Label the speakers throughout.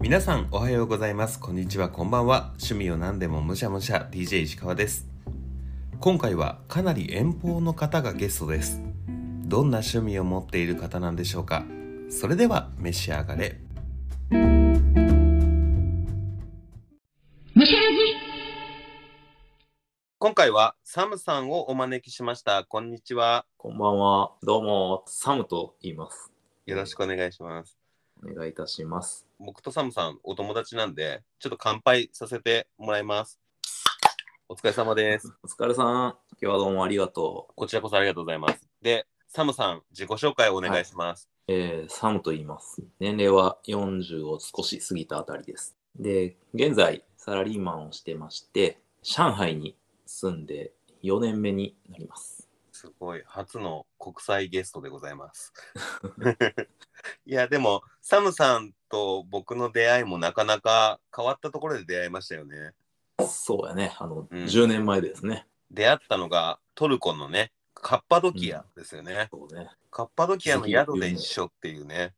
Speaker 1: 皆さんおはようございますこんにちはこんばんは趣味を何でもむしゃむしゃ DJ 石川です今回はかなり遠方の方がゲストですどんな趣味を持っている方なんでしょうかそれでは召し上がれ
Speaker 2: むしゃらじ
Speaker 1: 今回はサムさんをお招きしましたこんにちは
Speaker 3: こんばんは。どうも、サムと言います。
Speaker 1: よろしくお願いします
Speaker 3: お願いいたします。
Speaker 1: 僕とサムさんお友達なんでちょっと乾杯させてもらいますお疲れ様です
Speaker 3: お疲れさん。今日はどうもありがとう。
Speaker 1: こちらこそありがとうございますでサムさん自己紹介をお願いします、
Speaker 3: えーサムと言います。年齢は40を少し過ぎたあたりです。で、現在、サラリーマンをしてまして、上海に住んで4年目になります。
Speaker 1: すごい初の国際ゲストでございます。 いやでもサムさんと僕の出会いもなかなか変わったところで出会いましたよね。
Speaker 3: そうやね。あの、
Speaker 1: うん
Speaker 3: 10年前ですね。
Speaker 1: 出会ったのがトルコのねカッパドキアですよね。
Speaker 3: そうね。
Speaker 1: カッパドキアの宿で一緒っていうね。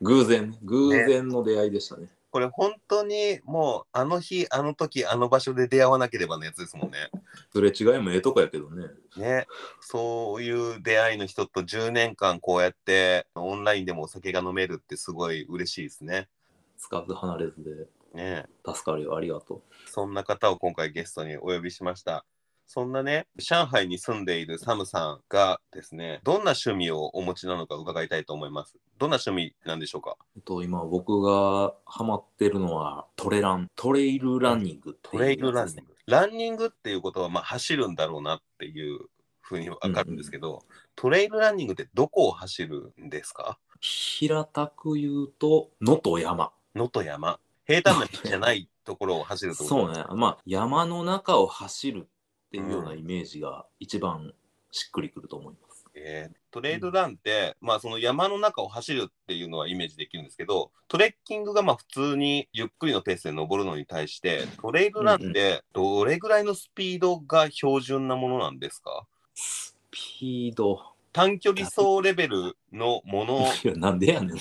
Speaker 3: 偶然、偶然の出会いでしたね。
Speaker 1: これ本当にもうあの日あの時あの場所で出会わなければのやつですもんね。
Speaker 3: すれ違いもええとこやけどね。
Speaker 1: ねそういう出会いの人と10年間こうやってオンラインでもお酒が飲めるってすごい嬉しいですね。
Speaker 3: つかず離れずで、
Speaker 1: ね
Speaker 3: 助かるよ。ありがとう。
Speaker 1: そんな方を今回ゲストにお呼びしました。そんなね、上海に住んでいるサムさんがですね、どんな趣味をお持ちなのか伺いたいと思います。どんな趣味なんでしょうか
Speaker 3: えっと、今僕がハマってるのはトレラン、トレイルランニングって
Speaker 1: ト
Speaker 3: いう
Speaker 1: レイルラ
Speaker 3: や
Speaker 1: ン
Speaker 3: つ
Speaker 1: ニ
Speaker 3: で
Speaker 1: ング。ランニングっていうことは、まあ、走るんだろうなっていうふうにわかるんですけど、トレイルランニングってどこを走るんですか
Speaker 3: すね。平たく言うと、野と山。
Speaker 1: 野と山。平坦な道じゃないところを走るってこと
Speaker 3: そうね。まあ、山の中を走るっていうような
Speaker 1: うん
Speaker 3: イメージが一番しっくりくると思います。
Speaker 1: えートレイルランって、まあその山の中を走るっていうのはイメージできるんですけどトレッキングがまあ普通にゆっくりのペースで登るのに対してトレイルランってどれぐらいのスピードが標準なものなんですか
Speaker 3: スピード。
Speaker 1: 短距離走レベルのもの
Speaker 3: いや、なんで やねん。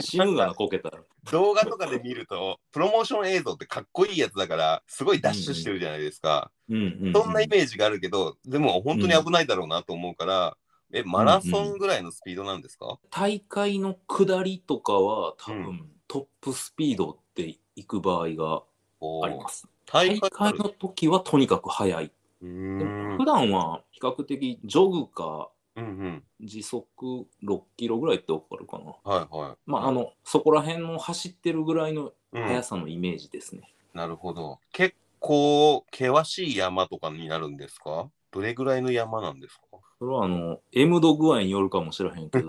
Speaker 3: 死ぬがな、こけたら。
Speaker 1: 動画とかで見るとプロモーション映像ってかっこいいやつだからすごいダッシュしてるじゃないですか、
Speaker 3: うんうん、うん。
Speaker 1: そんなイメージがあるけどでも本当に危ないだろうなと思うから、えマラソンぐらいのスピードなんですか、
Speaker 3: 大会の下りとかは多分、
Speaker 1: う
Speaker 3: トップスピードって行く場合が
Speaker 1: おー
Speaker 3: あります。
Speaker 1: 大
Speaker 3: 大
Speaker 1: 会
Speaker 3: 会の時はとにかく速い。
Speaker 1: う
Speaker 3: で
Speaker 1: ー
Speaker 3: も
Speaker 1: ん
Speaker 3: 普段は比較的ジョグか
Speaker 1: うんうん。
Speaker 3: 時速6キロぐらいってわかるかな。
Speaker 1: はいは
Speaker 3: まあ、あの、そこら辺の走ってるぐらいの
Speaker 1: い。うん
Speaker 3: 速、さのイメージですね。
Speaker 1: なるほど。結構険しい山とかになるんですかどれぐらいの山なん です
Speaker 3: それはあの、M 度具合によるかもしれへんけど。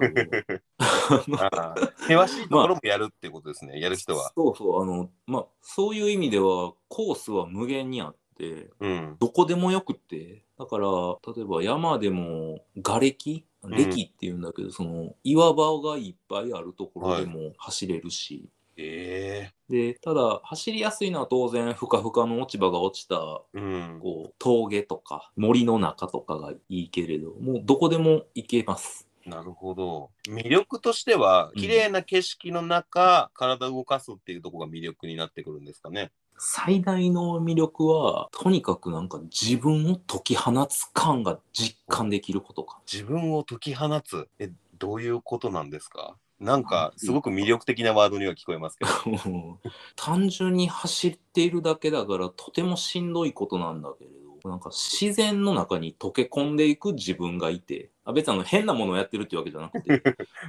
Speaker 3: あの
Speaker 1: かあー険しいところもやるっていうことですね、やる 人は。
Speaker 3: そうそう、あの、まあ、そういう意味ではコースは無限にあって、
Speaker 1: うん。
Speaker 3: どこでもよくて、だから、例えば山でも瓦礫
Speaker 1: ん
Speaker 3: 礫っていうんだけど、その岩場がいっぱいあるところでも走れるし、
Speaker 1: え
Speaker 3: でただ走りやすいのは当然ふかふかの落ち葉が落ちた
Speaker 1: えうん。
Speaker 3: こう峠とか森の中とかがいいけれどもうどこでも行けます
Speaker 1: なるほど。魅力としては、
Speaker 3: うん
Speaker 1: 綺麗な景色の中、体を動かすっていうところが魅力になってくるんですかね。
Speaker 3: 最大の魅力はとにかくなんか自分を解き放つ感が実感できることか
Speaker 1: 自分を解き放つ。え、どういうことなんですかなんか、すごく魅力的なワードには聞こえます けど。
Speaker 3: もう単純に走っているだけだからとてもしんどいことなんだけれどなんか自然の中に溶け込んでいく自分がいてあ別にあの変なものをやってるっていうわけじゃなくて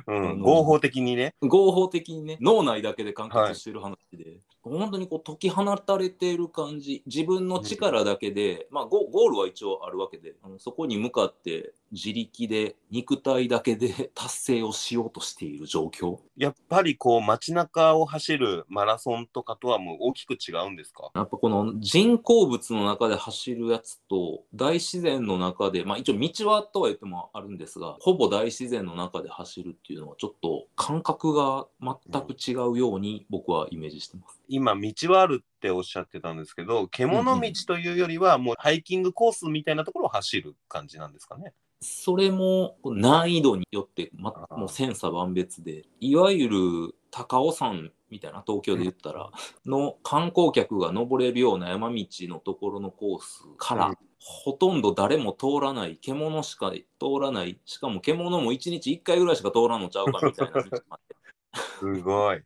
Speaker 1: うん。合法的にね。
Speaker 3: 合法的にね脳内だけで完結してる話で、本当にこう解き放たれている感じ自分の力だけで、まあゴゴールは一応あるわけであのそこに向かって自力で肉体だけで達成をしようとしている状況
Speaker 1: やっぱりこう街中を走るマラソンとかとはもう大きく違うんですか
Speaker 3: やっぱこの人工物の中で走るやつと大自然の中でまあ一応道はとは言ってもあるんですがほぼ大自然の中で走るっていうのはちょっと感覚が全く違うように僕はイメージしてます。
Speaker 1: 今道はあるっておっしゃってたんですけど獣道というよりはもうハイキングコースみたいなところを走る感じなんですかね
Speaker 3: それも難易度によって、ま、もう千差万別で、いわゆる高尾山みたいな、東京で言ったら、の観光客が登れるような山道のところのコースから、
Speaker 1: うん
Speaker 3: ほとんど誰も通らない、獣しか通らない、しかも獣も1日1回ぐらいしか通らんのちゃうかみ たいな道まで
Speaker 1: すごい。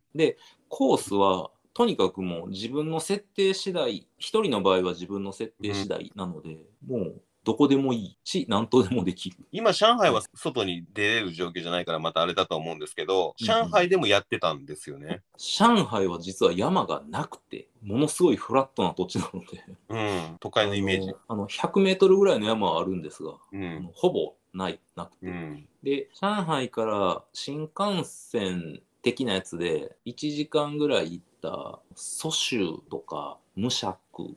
Speaker 3: コースは、とにかくもう自分の設定次第、一人の場合は自分の設定次第なので、もうどこでもいいし、何とでもできる。
Speaker 1: 今、上海は外に出れる状況じゃないから、またあれだと思うんですけど、
Speaker 3: うん
Speaker 1: 上海でもやってたんですよね。
Speaker 3: 上海は実は山がなくて、ものすごいフラットな土地なので、
Speaker 1: うん、都会のイメージ。
Speaker 3: あの100メートルぐらいの山はあるんですが、
Speaker 1: う
Speaker 3: あ
Speaker 1: ん。
Speaker 3: のほぼない、なくて。
Speaker 1: うん。
Speaker 3: で、上海から新幹線的なやつで1時間ぐらい行った蘇州とか無釈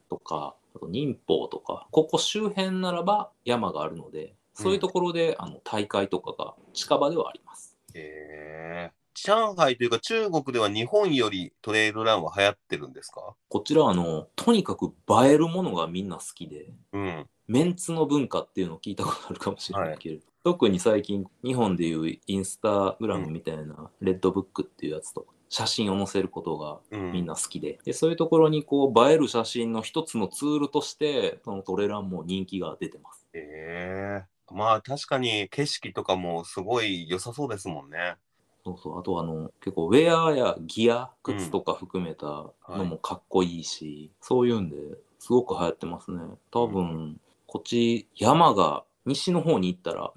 Speaker 3: とか、あと寧波とか、ここ周辺ならば山があるので、そういうところで、あの大会とかが近場ではあります。
Speaker 1: へえ。上海というか、中国では日本よりトレイルランは流行ってるんですか
Speaker 3: こちらはあの、とにかく映えるものがみんな好きで、
Speaker 1: うん。
Speaker 3: メンツの文化っていうのを聞いたことあるかもしれな
Speaker 1: はい
Speaker 3: けれど、特に最近日本でいうインスタグラムみたいなレッドブックっていうやつとか写真を載せることが
Speaker 1: うん。
Speaker 3: みんな好きで,、でそういうところにこう映える写真の一つのツールとしてそのトレランも人気が出てます
Speaker 1: へえ。まあ、確かに景色とかもすごい良さそうですもんね。
Speaker 3: そうそうあとあの結構ウェアやギア靴とか含めたのもかっこいいし、そういうんですごく流行ってますね多分、こっち山が西の方に行ったら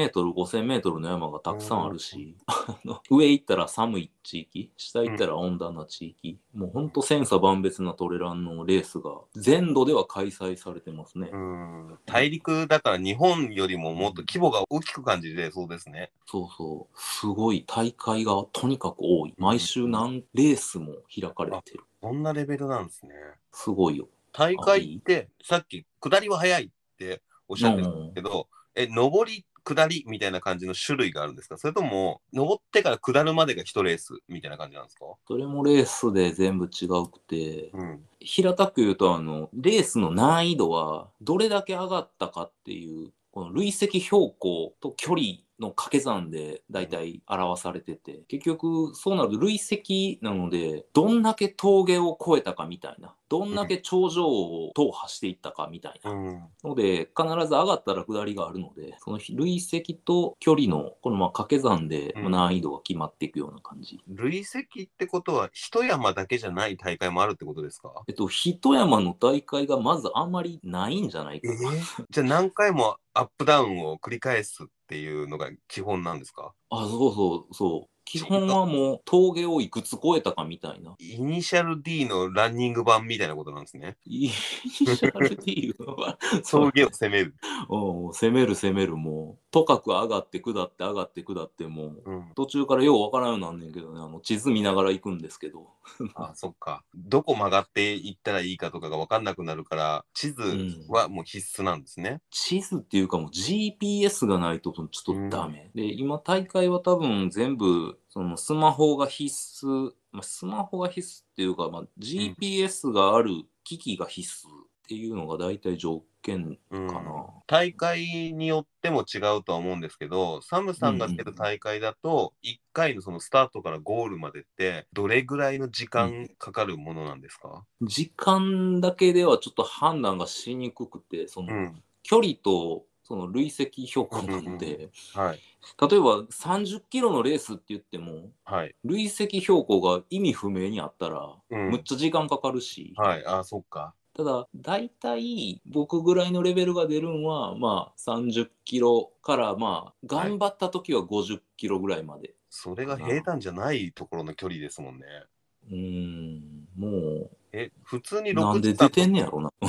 Speaker 3: 4000m5000m の山がたくさんあるし、 あの上行ったら寒い地域下行ったら温暖な地域、もうほんと千差万別なトレランのレースが全土では開催されてますね、
Speaker 1: うん。大陸だから日本よりももっと規模が大きく感じれそうですね。
Speaker 3: そうそうすごい大会がとにかく多い毎週何レースも開かれてる
Speaker 1: そんなレベルなんですね。
Speaker 3: すごいよ
Speaker 1: 大会って、さっき下りは早いっておっしゃってたんですけど、え、上り、下りみたいな感じの種類があるんですかそれとも、上ってから下るまでが一レースみたいな感じなんですか
Speaker 3: どれもレースで全部違うくて、
Speaker 1: うん。
Speaker 3: 平たく言うと、あの、レースの難易度はどれだけ上がったかっていう、この累積標高と距離の掛け算で大体表されてて、結局そうなると累積なので、どんだけ峠を越えたかみたいな、どんだけ頂上を踏破していったかみたいな、
Speaker 1: うん。
Speaker 3: ので、必ず上がったら下りがあるので、その累積と距離の、このまあ掛け算で
Speaker 1: うん
Speaker 3: 難易度が決まっていくような感じ。
Speaker 1: 累積ってことは、一山だけじゃない大会もあるってことですか
Speaker 3: えっと、一山の大会がまずあんまりないんじゃないか
Speaker 1: え。ーじゃあ何回もアップダウンを繰り返すっていうのが基本なんですか
Speaker 3: あ、そうそうそう。基本はもう峠をいくつ越えたかみたいな。
Speaker 1: イニシャル D のランニング版みたいなことなんですね。
Speaker 3: イニシャル D は、そ う
Speaker 1: 峠を攻める。
Speaker 3: うん攻める攻めるもう、とかく上がって下って上がって下ってもう、
Speaker 1: うん、
Speaker 3: 途中からようわからんようになんねんけどね、あの地図見ながら行くんですけど。
Speaker 1: あそっか。どこ曲がっていったらいいかとかが分かんなくなるから、地図はもう必須なんですね。
Speaker 3: 地図っていうかもう GPS がないとちょっとダメ、で今大会は多分全部そのスマホが必須、まあ、スマホが必須っていうか、まあ、GPS がある機器が必須っていうのが大体条件
Speaker 1: うん
Speaker 3: かな、
Speaker 1: 大会によっても違うとは思うんですけど、サムさんが出てる大会だと、1回のそのスタートからゴールまでって、どれぐらいの時間かかるものなんですか、
Speaker 3: 時間だけではちょっと判断がしにくくてその
Speaker 1: ん、
Speaker 3: 距離とその累積標高な
Speaker 1: う
Speaker 3: ので、
Speaker 1: ん
Speaker 3: 例え
Speaker 1: はい。
Speaker 3: ば30キロのレースって言っても
Speaker 1: はい。
Speaker 3: 累積標高が意味不明にあったら、
Speaker 1: うん
Speaker 3: むっちゃ時間かかるし、
Speaker 1: はい。あ、そっか。
Speaker 3: ただ大体僕ぐらいのレベルが出るんはまあ30キロからまあ頑張った時は50キロぐらいまで、
Speaker 1: それが平坦じゃないところの距離ですもんね。
Speaker 3: うーんも
Speaker 1: え、普通に
Speaker 3: うな
Speaker 1: 6
Speaker 3: んで
Speaker 1: 時
Speaker 3: 出
Speaker 1: 間
Speaker 3: てんねやろな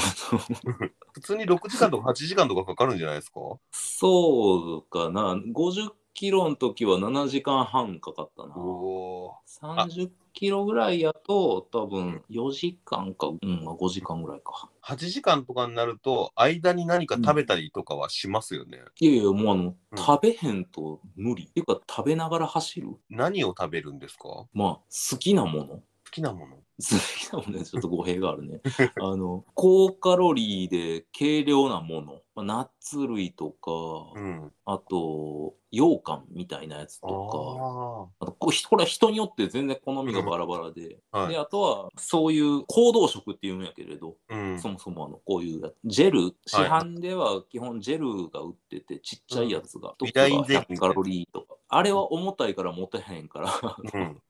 Speaker 1: 普通に6時間とか8時間とかかかるんじゃないですか
Speaker 3: そうかな50キロの時は7時間半かかったな
Speaker 1: お
Speaker 3: 30キロぐらいやと多分4時間か、うんまあ、5時間ぐらいか
Speaker 1: 8時間とかになると間に何か食べたりとかはしますよね、
Speaker 3: いやいやもうあの、
Speaker 1: うん
Speaker 3: 食べへんと無理っていうか食べながら走る
Speaker 1: 何を食べるんですか好
Speaker 3: まあ好きなもの
Speaker 1: きなもの
Speaker 3: 好きなものはちょっと語弊があるね。 あの、高カロリーで軽量なもの、まあ、ナッツ類とか、
Speaker 1: うん。
Speaker 3: あと、羊羹みたいなやつ
Speaker 1: あ
Speaker 3: と
Speaker 1: あ。
Speaker 3: か、あとこひこれは人によって全然好みがバラバラで、
Speaker 1: はい
Speaker 3: で、あとは、そういう行動食っていうんやけれど、
Speaker 1: うん。
Speaker 3: そもそもあの、こういうやつジェル、市販では基本ジェルが売ってて、ちっちゃいやつが、
Speaker 1: うん
Speaker 3: 一袋
Speaker 1: ビタインゼリーみたい
Speaker 3: 100
Speaker 1: な
Speaker 3: カロリーとか、あれは重たいから持てへんから、
Speaker 1: うん。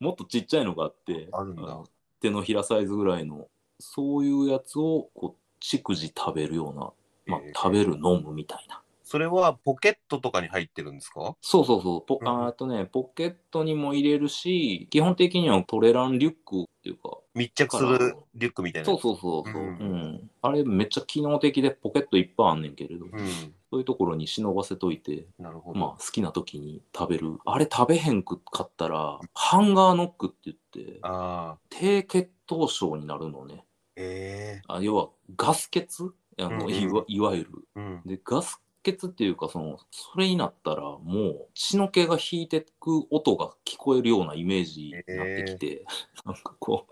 Speaker 3: もっとちっちゃいのがあって、
Speaker 1: あるんだ。
Speaker 3: 手のひらサイズぐらいのそういうやつをこう逐次食べるような、まあ
Speaker 1: えー、
Speaker 3: 食べる飲むみたいな
Speaker 1: それはポケットとかに入ってるんですか
Speaker 3: そうそうそうポ,
Speaker 1: うん
Speaker 3: あー、あとねポケットにも入れるし基本的にはトレランリュックっていうか
Speaker 1: 密着するリュックみたいな。
Speaker 3: そうそうそうそう、
Speaker 1: う
Speaker 3: うんんあれめっちゃ機能的でポケットいっぱいあんねんけれど、
Speaker 1: うん。
Speaker 3: そういうところに忍ばせといて
Speaker 1: なるほど。
Speaker 3: まあ好きな時に食べるあれ食べへんくかったらハンガーノックって言って
Speaker 1: ああ。
Speaker 3: 低血糖症になるのね
Speaker 1: え
Speaker 3: あ要はガス欠あの、
Speaker 1: うんうん
Speaker 3: いわいわゆる
Speaker 1: えうん。
Speaker 3: でガス欠っていうかそのそれになったらもう血の毛が引いてく音が聞こえるようなイメージになってきて、 なんかこ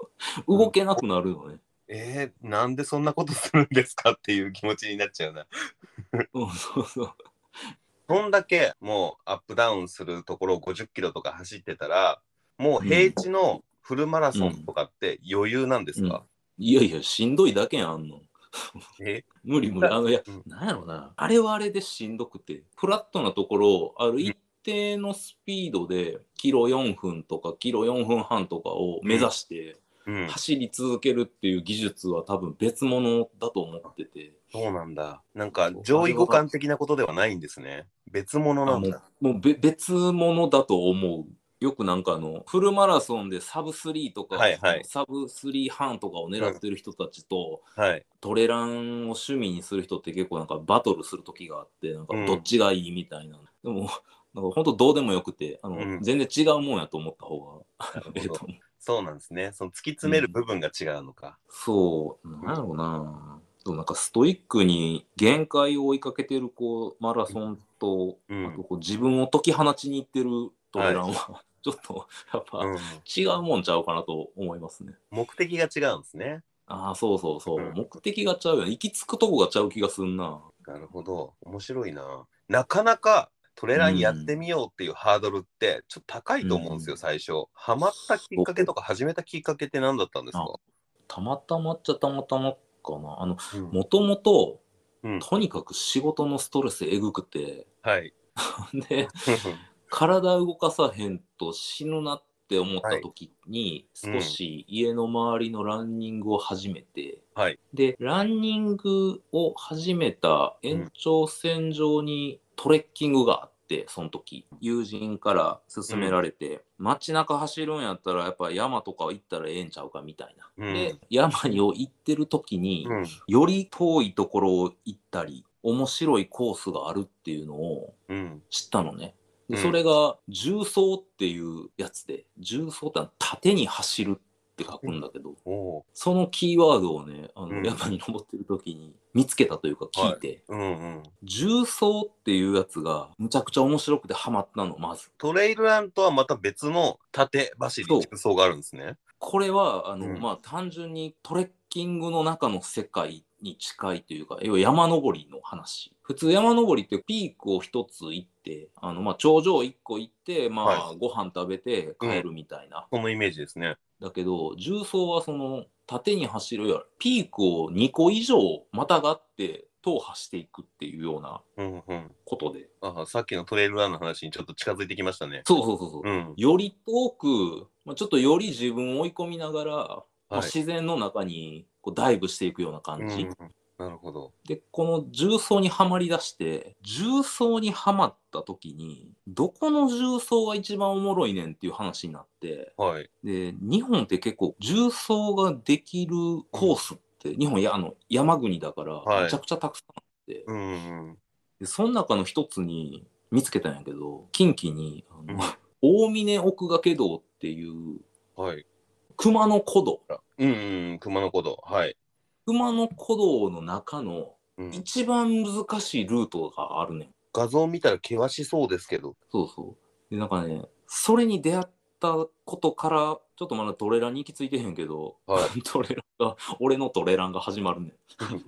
Speaker 3: う動けなくなるのね、
Speaker 1: ええなんでそんなことするんですかっていう気持ちになっちゃうな。
Speaker 3: うん、そうそう
Speaker 1: そんだけもうアップダウンするところを50キロとか走ってたら、もう平地のフルマラソンとかって余裕なんですか、
Speaker 3: いやいやしんどいだけやんあんの
Speaker 1: え
Speaker 3: 無理無理あのいや、
Speaker 1: うん
Speaker 3: なんやろなあれはあれでしんどくてフラットなところをある一定のスピードでキロ4分とかキロ4分半とかを目指して、
Speaker 1: うん。
Speaker 3: 走り続けるっていう技術は多分別物だと思ってて、
Speaker 1: そうなんだ。なんか上位互換的なことではないんですね。別物
Speaker 3: あ
Speaker 1: なん
Speaker 3: もう
Speaker 1: だ。
Speaker 3: もうべ別物だと思う。よくなんかあのフルマラソンでサブ3とか、
Speaker 1: はいはい
Speaker 3: サブ3半とかを狙ってる人たちと、
Speaker 1: はい。
Speaker 3: トレランを趣味にする人って結構なんかバトルする時があってなんか
Speaker 1: うん
Speaker 3: どっちがいいみたいな、でもなんか本当どうでもよくてあの、
Speaker 1: うん
Speaker 3: 全然違うもんやと思った方が
Speaker 1: ほど
Speaker 3: ええと思う
Speaker 1: そうなんですね。その突き詰める部分が違うのか。
Speaker 3: そう、なんやろうな。でもなんかストイックに限界を追いかけてるこうマラソンと、
Speaker 1: うん
Speaker 3: あとこう自分を解き放ちに行ってるトレランは、 ちょっとやっぱ、
Speaker 1: うん
Speaker 3: 違うもんちゃうかなと思いますね。
Speaker 1: 目的が違うんですね。
Speaker 3: ああ、そうそうそう、
Speaker 1: うん
Speaker 3: 目的がちゃうよね。行き着くとこがちゃう気がすんな。
Speaker 1: なるほど。面白いな。なかなかトレランやってみようっていうハードルってちょっと高いと思うんですよ、
Speaker 3: うん
Speaker 1: 最初。ハマったきっかけとか始めたきっかけって何だったんですか
Speaker 3: たまたまっちゃたまたまかな。あの、
Speaker 1: うん
Speaker 3: もともと、
Speaker 1: うん
Speaker 3: とにかく仕事のストレスえぐくて、
Speaker 1: はい。
Speaker 3: で、体動かさへんと死ぬなって思った時に、
Speaker 1: はいうん
Speaker 3: 少し家の周りのランニングを始めて、
Speaker 1: はい
Speaker 3: でランニングを始めた延長線上にトレッキングがあってその時友人から勧められて、街中走るんやったらやっぱ山とか行ったらええんちゃうかみたいな、
Speaker 1: うん
Speaker 3: で山に行ってる時に、
Speaker 1: うん
Speaker 3: より遠いところを行ったり面白いコースがあるっていうのを
Speaker 1: うん。
Speaker 3: 知ったのね。で
Speaker 1: うん
Speaker 3: それが重走っていうやつで、重走ってのは縦に走るって書くんだけど、
Speaker 1: おお
Speaker 3: そのキーワードをね、あの、
Speaker 1: うん
Speaker 3: 山に登ってる時に見つけたというか聞いて、
Speaker 1: う。うんうん。
Speaker 3: 重走っていうやつがむちゃくちゃ面白くてハマったの、まず。
Speaker 1: トレイルランとはまた別の縦走り、
Speaker 3: そう
Speaker 1: 重走があるんですね。
Speaker 3: これは、あの、
Speaker 1: うん
Speaker 3: まあ単純にトレッキングの中の世界に近いというか、要は山登りの話。普通山登りってピークを一つ行って、あの、まあ頂上一個行って、まあ、
Speaker 1: は
Speaker 3: ご飯食べて帰るみたいな。
Speaker 1: このイメージですね。
Speaker 3: だけど重曹はその縦に走るよりピークを2個以上またがって踏破していくっていうような
Speaker 1: うんうん。
Speaker 3: ことで
Speaker 1: あさっきのトレイルランの話にちょっと近づいてきましたね。
Speaker 3: そうそうそうそ
Speaker 1: う
Speaker 3: う、
Speaker 1: ん。
Speaker 3: より遠く、まあ、ちょっとより自分を追い込みながら、まあ
Speaker 1: はい
Speaker 3: 自然の中にこうダイブしていくような
Speaker 1: うん
Speaker 3: 感
Speaker 1: う
Speaker 3: じ、
Speaker 1: んなるほど。
Speaker 3: でこの重曹にはまりだして重曹にはまった時にどこの重曹が一番おもろいねんっていう話になって
Speaker 1: はい。
Speaker 3: で日本って結構重走ができるコースって、日本やあの山国だから、
Speaker 1: はい
Speaker 3: めちゃくちゃたくさんあって、
Speaker 1: うんうん
Speaker 3: でその中の一つに見つけたんやけど近畿にあの、
Speaker 1: うん
Speaker 3: 大峰奥掛堂っていう
Speaker 1: うん。はい。
Speaker 3: 熊野古道
Speaker 1: うんうん。熊野古道。はい。
Speaker 3: 熊野古道の中の
Speaker 1: うん、
Speaker 3: 一番難しいルートがあるねん。
Speaker 1: 画像見たら険しそうですけど。
Speaker 3: そうそう。でなんかねそれに出会ったことからちょっとまだトレランに行き着いてへんけど、
Speaker 1: は
Speaker 3: トレランが、俺のトレランが始 まるねん。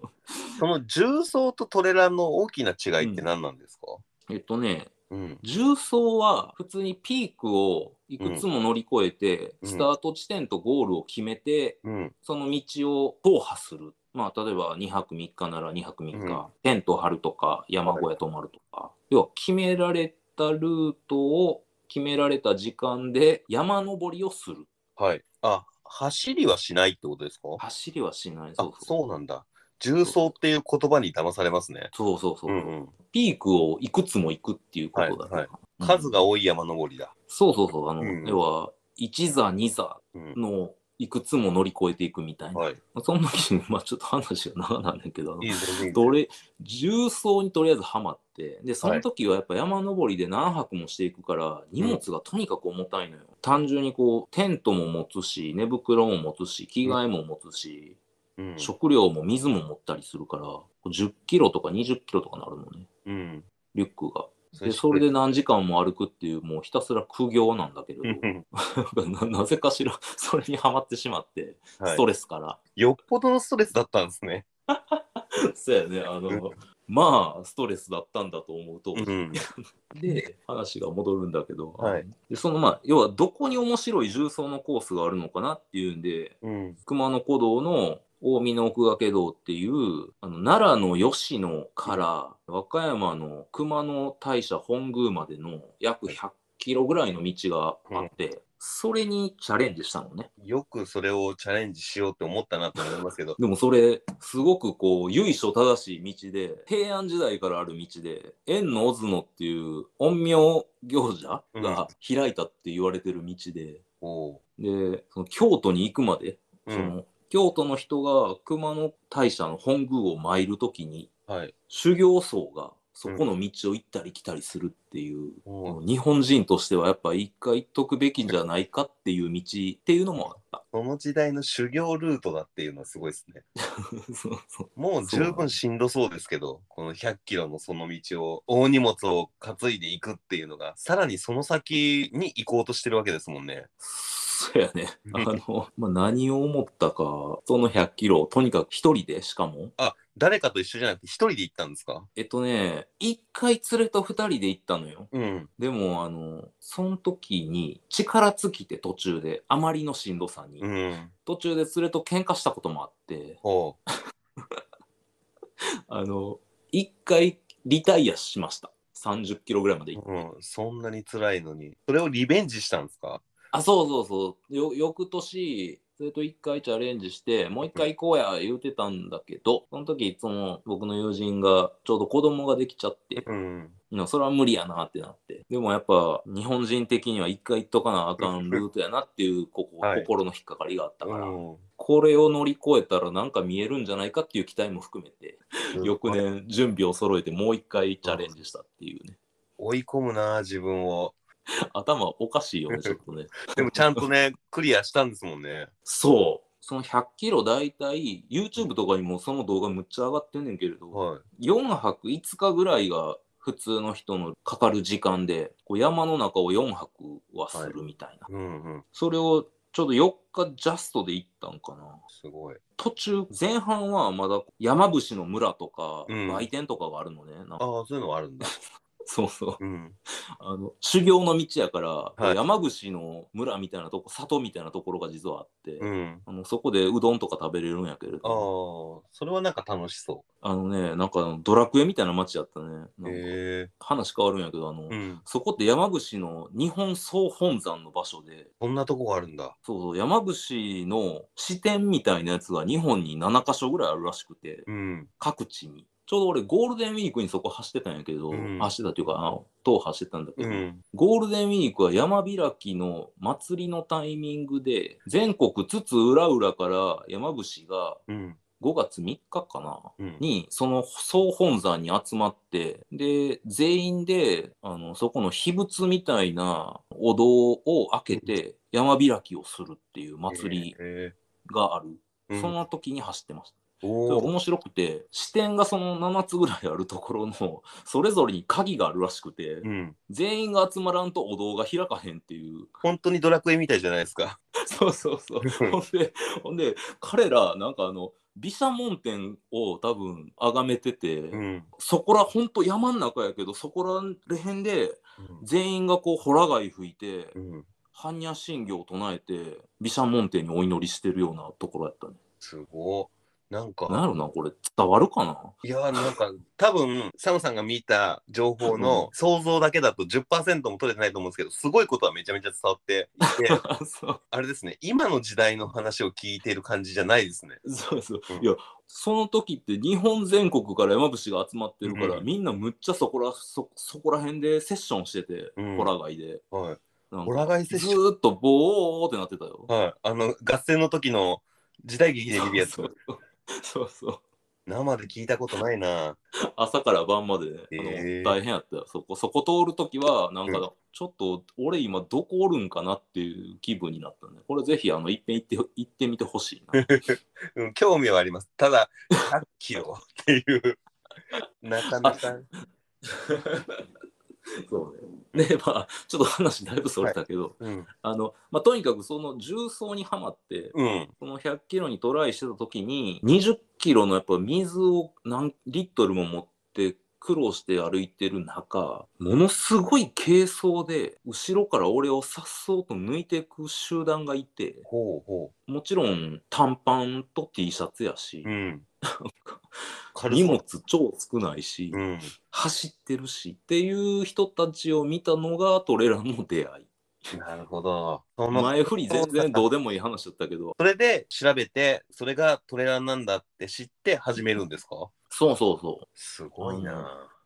Speaker 1: その重曹とトレランの大きな違いって何なんですか、
Speaker 3: えっとね、
Speaker 1: うん、
Speaker 3: 重曹は普通にピークをいくつも乗り越えて、
Speaker 1: うん
Speaker 3: スタート地点とゴールを決めて、
Speaker 1: うん、
Speaker 3: その道を踏破する。まあ、例えば2泊3日なら2泊3日、
Speaker 1: うん
Speaker 3: テント張るとか、山小屋泊まるとか、要は決められたルートを決められた時間で山登りをする。
Speaker 1: はい。あ、走りはしないってことですか
Speaker 3: 走りはしない。
Speaker 1: あ、そうなんだ。重曹っていう言葉に騙されますね。
Speaker 3: そうそうそう。
Speaker 1: うんうん
Speaker 3: ピークをいくつも行くっていうことだから、
Speaker 1: はいは
Speaker 3: うん
Speaker 1: 数が多い山登りだ。
Speaker 3: そうそうそう。あの、
Speaker 1: うん
Speaker 3: 要は、1座、2座
Speaker 1: うん。
Speaker 3: のいくつも乗り越えていくみたいな。
Speaker 1: はい。
Speaker 3: その時に、まあちょっと話が長なんだけど、あの
Speaker 1: いいですね。
Speaker 3: どれ、重曹にとりあえずハマって、で、その時はやっぱ山登りで何泊もしていくから、荷物がとにかく重たいのよ。単純にこう、テントも持つし、寝袋も持つし、着替えも持つし、
Speaker 1: うん。
Speaker 3: 食料も水も持ったりするから、10キロとか20キロとかなるのね、
Speaker 1: うん。
Speaker 3: リュックが。
Speaker 1: そ
Speaker 3: で、それで何時間も歩くっていう、もうひたすら苦行なんだけれ
Speaker 1: うんうん
Speaker 3: ど、ななぜかしら、それにはまってしまって、
Speaker 1: は
Speaker 3: ストレス から。
Speaker 1: い、よっぽどのストレスだったんですね。
Speaker 3: そうやね、あの、まあ、ストレスだったんだと思うと、
Speaker 1: うん。
Speaker 3: で、話が戻るんだけど、
Speaker 1: はい
Speaker 3: でそのまあ、要はどこに面白い重曹のコースがあるのかなっていうんで、
Speaker 1: うん。
Speaker 3: 熊野古道の近江の奥掛堂っていう、あの奈良の吉野から和歌山の熊野大社本宮までの約100キロぐらいの道があって、それにチャレンジしたのね。。
Speaker 1: よくそれをチャレンジしようって思ったなと思いますけど
Speaker 3: でもそれ、すごくこう、由緒正しい道で、平安時代からある道で、縁の小角っていう陰陽行者が開いたって言われてる道で、
Speaker 1: おう
Speaker 3: で、その京都に行くまで、
Speaker 1: う
Speaker 3: そ
Speaker 1: ん。
Speaker 3: の京都の人が熊野大社の本宮を参るときに、
Speaker 1: はい。
Speaker 3: 修行僧がそこの道を行ったり来たりするっていう、
Speaker 1: おう
Speaker 3: 日本人としてはやっぱ一回行っとくべきんじゃないかっていう道っていうのも あっ
Speaker 1: その時代の修行ルートだっていうのはすごいですね。
Speaker 3: た。そうそう
Speaker 1: もう十分しんどそうですけど、この100キロのその道を、大荷物を担いでいくっていうのが、さらにその先に行こうとしてるわけですもんね。
Speaker 3: そうやね。あの、まあ、何を思ったか、その100キロ、とにかく一人で、しかも。
Speaker 1: あ、誰かと一緒じゃなくて一人で行ったんですか
Speaker 3: えっとね、一回連れと二人で行ったのよ。
Speaker 1: うん。
Speaker 3: でも、あの、その時に力尽きて途中で、あまりのしんどさに、
Speaker 1: うん。
Speaker 3: 途中で連れと喧嘩したこともあって、
Speaker 1: ほ
Speaker 3: あの、一回リタイアしました。30キロぐらいまで行って。
Speaker 1: う。うん。そんなに辛いのに。それをリベンジしたんですか
Speaker 3: あ、そうそうそう。よ、翌年、それと一回チャレンジして、もう一回行こうや、言うてたんだけど、その時いつも僕の友人がちょうど子供ができちゃって、
Speaker 1: うん。
Speaker 3: なそれは無理やなってなって。でもやっぱ日本人的には一回行っとかなあか んルートやなっていう、ここ、
Speaker 1: はい
Speaker 3: 心の引っかかりがあったから、
Speaker 1: うん
Speaker 3: これを乗り越えたらなんか見えるんじゃないかっていう期待も含めて、翌。年準備を揃えてもう一回チャレンジしたっていうね。
Speaker 1: 追い込むな、自分を。
Speaker 3: 頭おかしいよね、ちょっとね。
Speaker 1: でもちゃんと ね、クリアしたんですもんね。
Speaker 3: そう。その100キロ大体 YouTube とかにもその動画むっちゃ上がってんねんけれど、
Speaker 1: は
Speaker 3: 4泊5日ぐらいが普通の人のかかる時間でこう山の中を4泊はするみたいな、
Speaker 1: い。うんうん。
Speaker 3: それをちょうど4日ジャストで行ったんかな
Speaker 1: すごい。
Speaker 3: 途中前半はまだ山伏の村とか
Speaker 1: うん
Speaker 3: 売店とかがあるのね、なん
Speaker 1: ああ
Speaker 3: か、
Speaker 1: そういうのはあるんだ。
Speaker 3: そうそう
Speaker 1: うん。
Speaker 3: あの修行の道やから、
Speaker 1: はい
Speaker 3: 山伏の村みたいなとこ里みたいなところが実はあって、
Speaker 1: うん。
Speaker 3: あのそこでうどんとか食べれるんやけれ
Speaker 1: ああ
Speaker 3: ど、、
Speaker 1: それはなんか楽しそ
Speaker 3: あのね、なんかドラクエみたいな街やったね。
Speaker 1: う。
Speaker 3: なんか
Speaker 1: へえ。
Speaker 3: 話変わるんやけど、あ
Speaker 1: う
Speaker 3: の、
Speaker 1: ん。
Speaker 3: そこって山伏の日本総本山の場所で、
Speaker 1: こんなとこがあるんだ。
Speaker 3: そうそう、山伏の支店みたいなやつが日本に7カ所ぐらいあるらしくて、
Speaker 1: うん。
Speaker 3: 各地に。ちょうど俺ゴールデンウィークにそこ走ってたんやけど、
Speaker 1: うん
Speaker 3: 走ってたっていうか、あの、塔走ってたんだけ
Speaker 1: う
Speaker 3: ど、
Speaker 1: ん。
Speaker 3: ゴールデンウィークは山開きの祭りのタイミングで、全国津々浦々から山伏が
Speaker 1: うん。
Speaker 3: 5月3日かな、
Speaker 1: うん。
Speaker 3: にその総本山に集まってで全員であのそこの秘仏みたいなお堂を開けて山開きをするっていう祭り
Speaker 1: へえ
Speaker 3: がある、
Speaker 1: うん
Speaker 3: その時に走ってまし
Speaker 1: お
Speaker 3: それ
Speaker 1: ー
Speaker 3: 面白くて視点がその7つぐらいあるところのそれぞれに鍵があるらしくて、
Speaker 1: うん。
Speaker 3: 全員が集まらんとお堂が開かへんっていう
Speaker 1: 本当にドラクエみたいじゃないですか。
Speaker 3: そうそうそうほんでほんで彼らなんかあの毘沙門天を多分崇めてて、
Speaker 1: うん。
Speaker 3: そこらほんと山ん中やけどそこら辺で全員がこうホラ貝吹いて
Speaker 1: うん。
Speaker 3: 般若心経を唱えて毘沙門天にお祈りしてるようなところやったね。
Speaker 1: すごい。なんか、
Speaker 3: なんやろなこれ伝わるかない
Speaker 1: やーなんか多分サムさんが見た情報の想像だけだと10%も取れてないと思うんですけどすごいことはめちゃめちゃ伝わっていて
Speaker 3: そう
Speaker 1: あれですね今の時代の話を聞いている感じじゃないですね。
Speaker 3: そうそう、
Speaker 1: うん
Speaker 3: いやその時って日本全国から山伏が集まってるから、
Speaker 1: うん
Speaker 3: みんなむっちゃそこらそそこら辺でセッションしてて、
Speaker 1: うん
Speaker 3: ホラガイで
Speaker 1: はい、
Speaker 3: なん
Speaker 1: オ
Speaker 3: か
Speaker 1: ラガイセッ
Speaker 3: ず
Speaker 1: ション、
Speaker 3: ーっとボーってなってたよ。
Speaker 1: はい、あの合戦の時の時代劇で見るやつ
Speaker 3: そうそうそうそう
Speaker 1: 生で聞いたことないな。
Speaker 3: 朝から晩まで、ねあの
Speaker 1: へー
Speaker 3: 大変やったよそこそこ通る時はなん
Speaker 1: うん
Speaker 3: かちょっと俺今どこおるんかなっていう気分になったねこれぜひあの一遍行って行ってみてほしいな
Speaker 1: うん、興味はあります。ただ、100キロっていう、なかなか。
Speaker 3: そうねでまあちょっと話だいぶそれたけど、
Speaker 1: うん。
Speaker 3: あのまあ、とにかくその重曹にはまって、
Speaker 1: うん。
Speaker 3: その100キロにトライしてた時に20キロのやっぱ水を何リットルも持って苦労して歩いてる中ものすごい軽装で後ろから俺をさっそうと抜いていく集団がいて
Speaker 1: ほうほ
Speaker 3: もちろん短パンと T シャツやし
Speaker 1: う。うん。軽
Speaker 3: 荷
Speaker 1: そう
Speaker 3: 物超少ないし、
Speaker 1: うん。
Speaker 3: 走ってるしっていう人たちを見たのがトレラの出会い
Speaker 1: なるほど。その
Speaker 3: 前振り全然どうでもいい話だったけど
Speaker 1: それで調べて、それがトレランなんだって知って始めるんですか
Speaker 3: そうそうそ
Speaker 1: す
Speaker 3: ごいな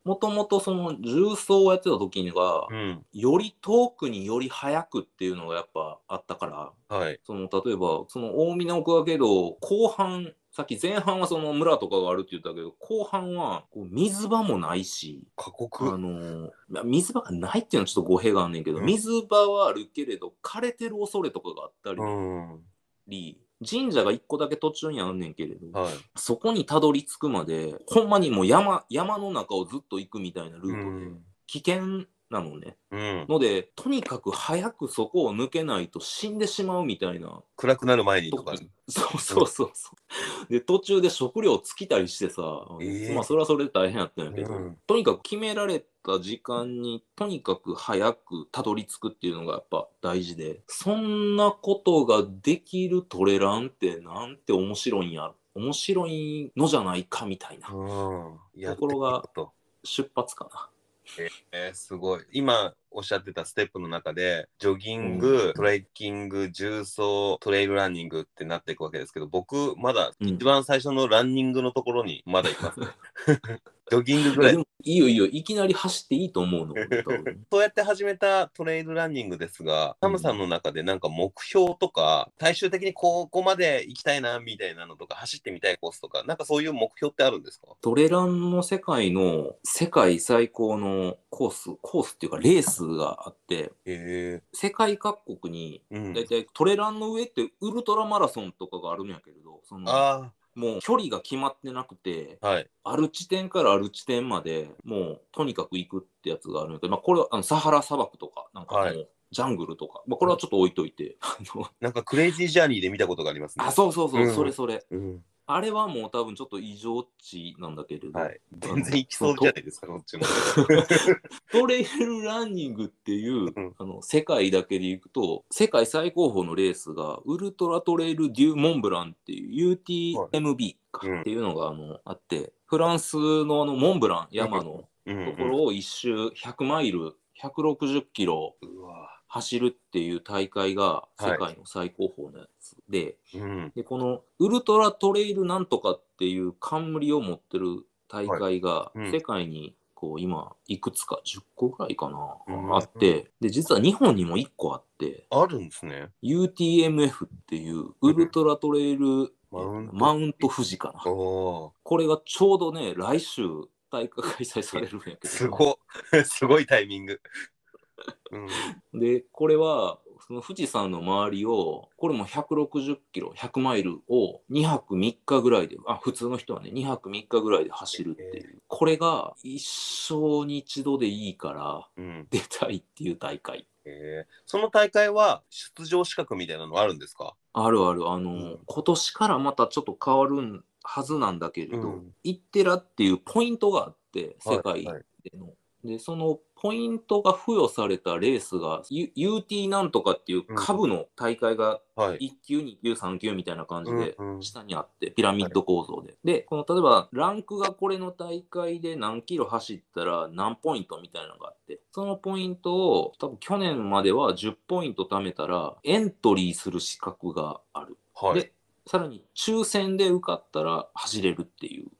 Speaker 3: う。もともとその重曹をやってた時には
Speaker 1: ぁ。う、ん。
Speaker 3: より遠くにより早くっていうのがやっぱあったから、
Speaker 1: はい。
Speaker 3: その例えば、その大峰奥けど後半、さっき前半はその村とかがあるって言ったけど、後半はこう水場もないし、
Speaker 1: 過
Speaker 3: あ
Speaker 1: 酷。
Speaker 3: のまあ水場がないっていうのはちょっと語弊があんねんけど、
Speaker 1: うん
Speaker 3: 水場はあるけれど、枯れてる恐れとかがあった
Speaker 1: うん。
Speaker 3: り、神社が一個だけ途中にあんねんけれど、
Speaker 1: はい。
Speaker 3: そこにたどり着くまで、ほんまにもう山山の中をずっと行くみたいなル
Speaker 1: う
Speaker 3: ートで、
Speaker 1: ん。
Speaker 3: 危険なのね。
Speaker 1: うん。
Speaker 3: ので、とにかく早くそこを抜けないと死んでしまうみたいな。
Speaker 1: 暗くなる前にとか。
Speaker 3: そうそうそうそう。で、途中で食料尽きたりしてさ、
Speaker 1: ええ
Speaker 3: まあそれはそれで大変やったんやけど、
Speaker 1: うん
Speaker 3: とにかく決められた時間にとにかく早くたどり着くっていうのがやっぱ大事で、そんなことができるトレランってなんて面白いんや、面白いのじゃないかみたいな
Speaker 1: うん。やって
Speaker 3: ところが
Speaker 1: みたと。
Speaker 3: 出発かな。
Speaker 1: えーすごい今おっしゃってたステップの中でジョギング、
Speaker 3: うん
Speaker 1: トレッキング重走トレイルランニングってなっていくわけですけど僕まだ
Speaker 3: うん
Speaker 1: 一番最初のランニングのところにまだい ます、ねジョギングぐ
Speaker 3: い
Speaker 1: ら
Speaker 3: や
Speaker 1: い
Speaker 3: でもいいよいいよ、いきなり走っていいと思うの。多分
Speaker 1: そうやって始めたトレイルランニングですが、サムさんの中でなんか目標とか、最終的にここまで行きたいなみたいなのとか、走ってみたいコースとか、なんかそういう目標ってあるんですか
Speaker 3: トレランの世界の世界最高のコース、コースっていうかレースがあって、
Speaker 1: へ
Speaker 3: 世界各国に、
Speaker 1: え。うん
Speaker 3: だいたいトレランの上ってウルトラマラソンとかがあるんやけれど、その
Speaker 1: あ
Speaker 3: もう距離が決まってなくて、
Speaker 1: あ、はい。
Speaker 3: ある地点からある地点までもうとにかく行くってやつがあるんやけど、まあ、これはあのサハラ砂漠とか、なんかもう
Speaker 1: は
Speaker 3: ジャングルとか、まあ、これはちょっと置いといて、あの
Speaker 1: なんかクレイジージャーニーで見たことがありますね。
Speaker 3: あ、そうそうそう、
Speaker 1: うん
Speaker 3: それそれ。
Speaker 1: うん。
Speaker 3: あれはもう多分ちょっと異常値なんだけれど、
Speaker 1: はい。全然行きそうじゃないですか、こっ ちも。
Speaker 3: トレイルランニングっていう、
Speaker 1: うん
Speaker 3: あの世界だけでいくと世界最高峰のレースがウルトラトレイル・デュ・モンブランっていう UTMB か
Speaker 1: うん
Speaker 3: っていうのがあのあってフランスのあのモンブラン山の
Speaker 1: うん
Speaker 3: ところを一周100マイル160キロ
Speaker 1: うんうわ
Speaker 3: 走るっていう大会が
Speaker 1: はい
Speaker 3: 世界の最高峰のやつで,、
Speaker 1: うん。
Speaker 3: でこのウルトラトレイルなんとかっていう冠を持ってる大会が
Speaker 1: いうん
Speaker 3: 世界にこう今いくつか10個ぐらいかな、
Speaker 1: うん
Speaker 3: あってで実は日本にも1個あって
Speaker 1: あるんですね。
Speaker 3: UTMF っていうウルトラトレイル
Speaker 1: マウント
Speaker 3: マウント富士か
Speaker 1: お
Speaker 3: な
Speaker 1: お
Speaker 3: これがちょうどね来週大会開催されるんやけど
Speaker 1: ー。すごっ。すごいタイミング。うん。
Speaker 3: でこれはその富士山の周りを、これも160キロ、100マイルを2泊3日ぐらいで、あ、普通の人はね、2泊3日ぐらいで走るっていう。これが一生に一度でいいから、
Speaker 1: うん
Speaker 3: 出たいっていう大会。
Speaker 1: えーその大会は出場資格みたいなのあるんですか
Speaker 3: あるある、あの、
Speaker 1: うん
Speaker 3: 今年からまたちょっと変わるんはずなんだけれど、
Speaker 1: うん
Speaker 3: イッテラっていうポイントがあって、世界
Speaker 1: はいはい
Speaker 3: での。で、そのポイントが付与されたレースが、U- UT なんとかっていう株の大会が
Speaker 1: はい。
Speaker 3: 1級、2級、3級みたいな感じで
Speaker 1: うんうん
Speaker 3: 下にあって、ピラミッド構造で。で、この例えばランクがこれの大会で何キロ走ったら何ポイントみたいなのがあって、そのポイントを多分去年までは10ポイント貯めたらエントリーする資格がある。
Speaker 1: はい。
Speaker 3: で、さらに抽選で受かったら走れるっていう。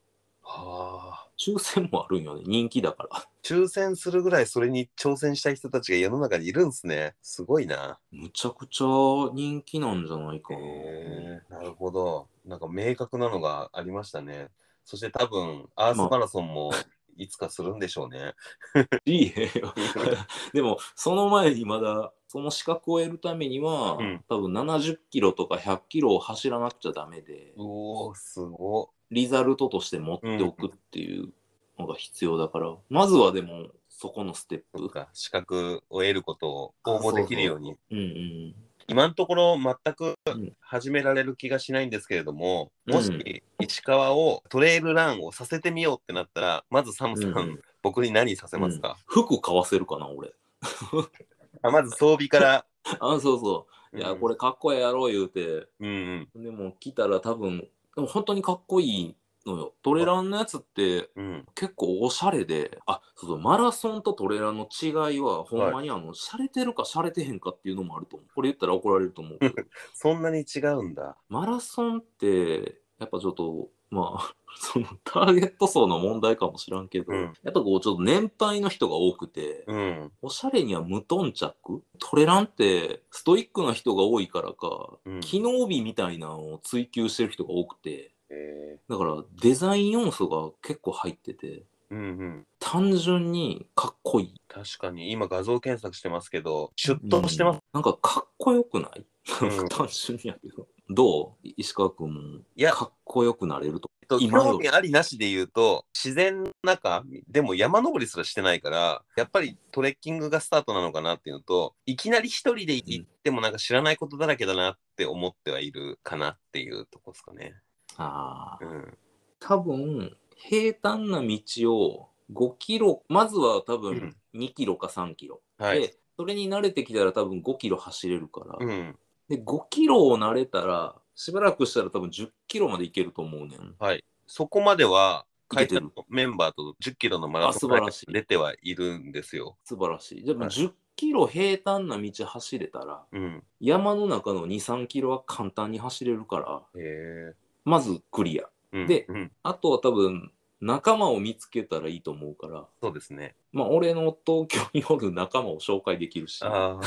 Speaker 1: はあ。
Speaker 3: 抽選もあるんよね。人気だから。
Speaker 1: 抽選するぐらいそれに挑戦したい人たちが世の中にいるんですね。すごいな。
Speaker 3: むちゃくちゃ人気なんじゃないかな。
Speaker 1: へえなるほど。なんか明確なのがありましたね。そして多分、アースマラソンもいつかするんでしょうね。
Speaker 3: いいえ でもその前にまだその資格を得るためには、
Speaker 1: うん
Speaker 3: 多分70キロとか100キロを走らなくちゃダメで
Speaker 1: うおーすご
Speaker 3: リザルトとして持っておくっていうのが必要だから、まずはでもそこのステッ
Speaker 1: い。そっ
Speaker 3: プ、
Speaker 1: か、資格を得ることを応募できるように。
Speaker 3: うんうん、
Speaker 1: 今のところ全く
Speaker 3: ん
Speaker 1: 始められる気がしないんですけれども、
Speaker 3: うん
Speaker 1: もし石川をトレイルランをさせてみようってなったら、まずサムさん、
Speaker 3: うん
Speaker 1: 僕に何させますか、
Speaker 3: 服買わせるかな俺
Speaker 1: あまず装備から。
Speaker 3: あそう そういやこ
Speaker 1: れ、
Speaker 3: れかっこええやろ言うて
Speaker 1: うんうん
Speaker 3: でも来たら多分でも本当にかっこいいのよトレランのやつって
Speaker 1: うん、
Speaker 3: 結構おしゃれであそうそうマラソンとトレーラーの違いはほんまにあの、しゃれてるかしゃれてへんかっていうのもあると思うこれ言ったら怒られると思うけど
Speaker 1: そんなに違うんだ。
Speaker 3: マラソンってやっぱちょっとまあ そのターゲット層の問題かもしらんけど、
Speaker 1: うん
Speaker 3: やっぱこうちょっと年配の人が多くて、
Speaker 1: うん、
Speaker 3: おしゃれには無頓着トレランってストイックな人が多いからか、
Speaker 1: うん
Speaker 3: 機能美みたいなのを追求してる人が多くて
Speaker 1: え
Speaker 3: だからデザイン要素が結構入ってて
Speaker 1: ーうんうん、
Speaker 3: 単純にかっこいい
Speaker 1: 確かに今画像検索してますけど、シュッとしてます。
Speaker 3: なんかかっこよくない、
Speaker 1: うん
Speaker 3: 単純やけど。どうい石川君も
Speaker 1: いや、
Speaker 3: かっこよくなれると。
Speaker 1: えっと
Speaker 3: 今の
Speaker 1: 興味ありなしで言うと自然の中でも山登りすらしてないからやっぱりトレッキングがスタートなのかなっていうのといきなり一人で行ってもなんか知らないことだらけだなって思ってはいるかなっていうとこですかね。
Speaker 3: あ
Speaker 1: う
Speaker 3: あ
Speaker 1: ん、
Speaker 3: 多分平坦な道を5キロまずは多分2キロか3キロ、
Speaker 1: はい、
Speaker 3: でそれに慣れてきたら多分5キロ走れるから、
Speaker 1: うん
Speaker 3: で5キロを慣れたらしばらくしたら多分10キロまでいけると思うねん。
Speaker 1: そこまではい会
Speaker 3: けて
Speaker 1: 社
Speaker 3: る
Speaker 1: のメンバーと10キロのマラソン
Speaker 3: あ素晴らしい
Speaker 1: 出てはいるんですよ。
Speaker 3: 素晴らしい。でも
Speaker 1: はい
Speaker 3: 10キロ平坦な道走れたら
Speaker 1: うん、
Speaker 3: 山の中の2、3キロは簡単に走れるから
Speaker 1: へえ、
Speaker 3: まずクリア。
Speaker 1: うん
Speaker 3: で
Speaker 1: うん、
Speaker 3: あとは多分仲間を見つけたらいいと思うから、
Speaker 1: そうですね。
Speaker 3: まあ、俺の東京におる仲間を紹介できるし、
Speaker 1: ああ、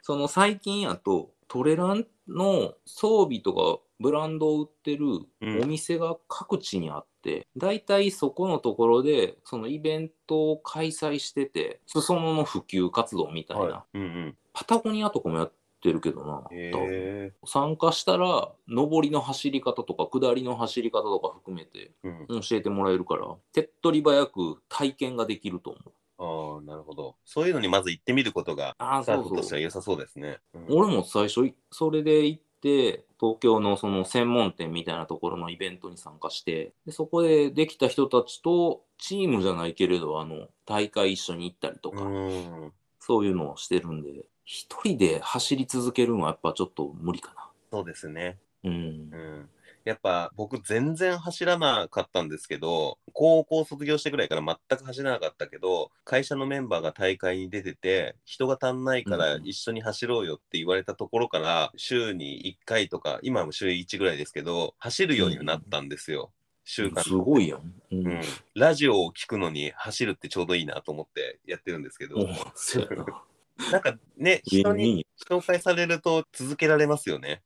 Speaker 3: その最近やとトレランの装備とかブランドを売ってる
Speaker 1: うん
Speaker 3: お店が各地にあって、だいたいそこのところでそのイベントを開催してて、裾野の普及活動みたいな、
Speaker 1: はい、うんうん、
Speaker 3: パタゴニアとかもやってるけどな、
Speaker 1: へ
Speaker 3: 多分
Speaker 1: え、
Speaker 3: 参加したら上りの走り方とか下りの走り方とか含めて
Speaker 1: うん、
Speaker 3: 教えてもらえるから手っ取り早く体験ができると思
Speaker 1: あ
Speaker 3: う
Speaker 1: あ、なるほど。そういうのにまず行ってみることが
Speaker 3: ああ
Speaker 1: スタート
Speaker 3: そ
Speaker 1: と
Speaker 3: う
Speaker 1: して
Speaker 3: そ
Speaker 1: は
Speaker 3: う
Speaker 1: 良さそうですね。うん
Speaker 3: 俺も最初いそれで行って東京のその専門店みたいなところのイベントに参加してでそこでできた人たちとチームじゃないけれどあの大会一緒に行ったりとか、
Speaker 1: うん、
Speaker 3: そういうのをしてるんで一人で走り続けるのはやっぱちょっと無理か
Speaker 1: そうですね。
Speaker 3: なうん
Speaker 1: うん。やっぱ僕全然走らなかったんですけど、高校卒業してくらいから全く走らなかったけど、会社のメンバーが大会に出てて、人が足んないから
Speaker 3: うん
Speaker 1: 一緒に走ろうよって言われたところから、週に1回とか、今も週1ぐらいですけど、走るようにはなったんですよ。習慣
Speaker 3: すごいやん、うん
Speaker 1: うん、ラジオを聞くのに走るってちょうどいいなと思ってやってるんですけど、
Speaker 3: おそうやな
Speaker 1: なんかね、
Speaker 3: 芸
Speaker 1: 人に
Speaker 3: 人
Speaker 1: 紹介されると続けられますよね。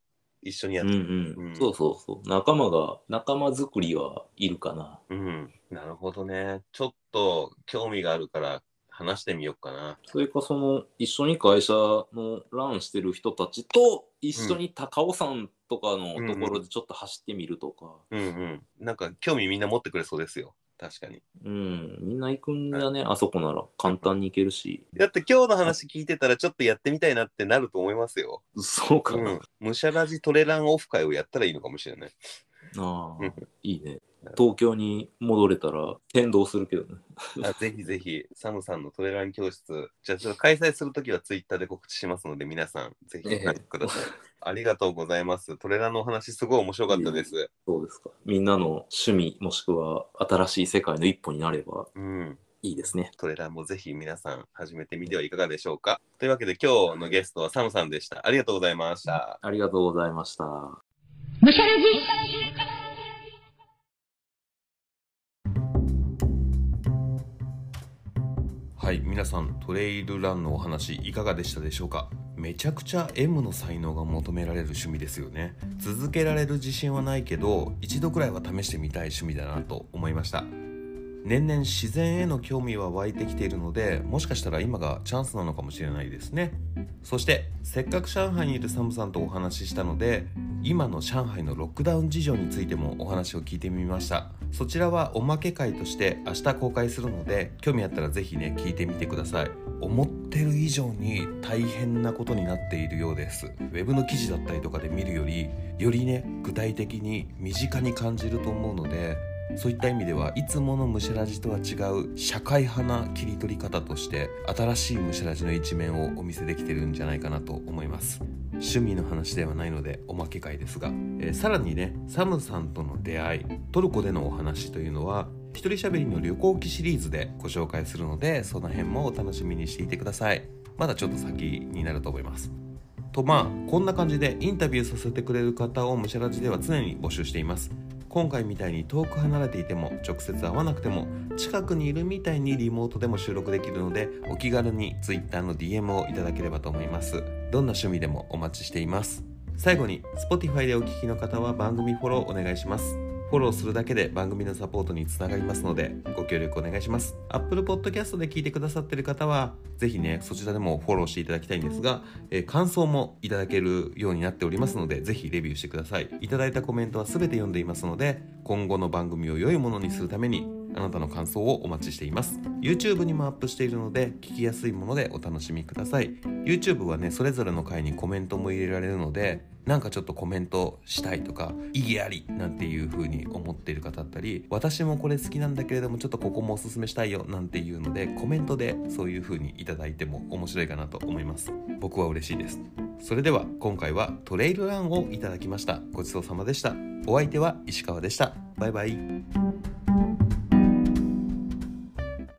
Speaker 1: 一緒にやっ
Speaker 3: う
Speaker 1: て。
Speaker 3: ん
Speaker 1: う
Speaker 3: うんん、そうそうそう仲間が仲間作りはいるかな
Speaker 1: うん。なるほどね。ちょっと興味があるから話してみようかな。
Speaker 3: それかその一緒に会社のランしてる人たちと一緒に高尾山とかのところでちょっと走ってみるとか、
Speaker 1: うんうん。なんか興味みんな持ってくれそうですよ。確かに。
Speaker 3: うん、みんな行くんだね、あそこなら簡単に行けるし。
Speaker 1: だって今日の話聞いてたらちょっとやってみたいなってなると思いますよ。
Speaker 3: そうか
Speaker 1: う
Speaker 3: な。
Speaker 1: ん。むしゃらじトレランオフ会をやったらいいのかもしれない。
Speaker 3: あ
Speaker 1: うん
Speaker 3: あ、いいね。東京に戻れたら転倒するけどね。
Speaker 1: あぜひぜひ、サムさんのトレラン教室、じゃあちょっと開催するときはツイッターで告知しますので、皆さん、ぜひご覧ください。ありがとうございます。トレランのお話、すごい面白かったです。
Speaker 3: そうですか。みんなの趣味もしくは新しい世界の一歩になれば
Speaker 1: うん。
Speaker 3: いいですね。
Speaker 1: トレランもぜひ皆さん、始めてみてはいかがでしょうか。というわけで、今日のゲストはサムさんでした。ありがとうございました。
Speaker 3: ありがとうございました。
Speaker 2: むしゃらじ
Speaker 1: はい皆さんトレイルランのお話いかがでしたでしょうかめちゃくちゃ M の才能が求められる趣味ですよね続けられる自信はないけど一度くらいは試してみたい趣味だなと思いました年々自然への興味は湧いてきているのでもしかしたら今がチャンスなのかもしれないですねそしてせっかく上海にいるサムさんとお話ししたので今の上海のロックダウン事情についてもお話を聞いてみましたそちらはおまけ会として明日公開するので興味あったらぜひね聞いてみてください思ってる以上に大変なことになっているようですウェブの記事だったりとかで見るよりよりね具体的に身近に感じると思うのでそういった意味ではいつものムシャラジとは違う社会派な切り取り方として新しいムシャラジの一面をお見せできてるんじゃないかなと思います趣味の話ではないのでおまけ会ですが、えーさらにねサムさんとの出会いトルコでのお話というのは一人喋りの旅行記シリーズでご紹介するのでその辺もお楽しみにしていてくださいまだちょっと先になると思いますとまあこんな感じでインタビューさせてくれる方をむしゃらじでは常に募集しています今回みたいに遠く離れていても直接会わなくても近くにいるみたいにリモートでも収録できるのでお気軽に Twitter の DM をいただければと思いますどんな趣味でもお待ちしています最後に Spotify でお聞きの方は番組フォローお願いしますフォローするだけで番組のサポートにつながりますのでご協力お願いします Apple Podcast で聞いてくださってる方はぜひねそちらでもフォローしていただきたいんですが、えー感想もいただけるようになっておりますのでぜひレビューしてくださいいただいたコメントは全て読んでいますので今後の番組を良いものにするためにあなたの感想をお待ちしています YouTube にもアップしているので聞きやすいものでお楽しみください YouTube はねそれぞれの回にコメントも入れられるのでなんかちょっとコメントしたいとか意義ありなんていう風に思っている方だったり私もこれ好きなんだけれどもちょっとここもおすすめしたいよなんていうのでコメントでそういう風にいただいても面白いかなと思います僕は嬉しいですそれでは今回はトレイルランをいただきましたごちそうさまでしたお相手は石川でしたバイバイ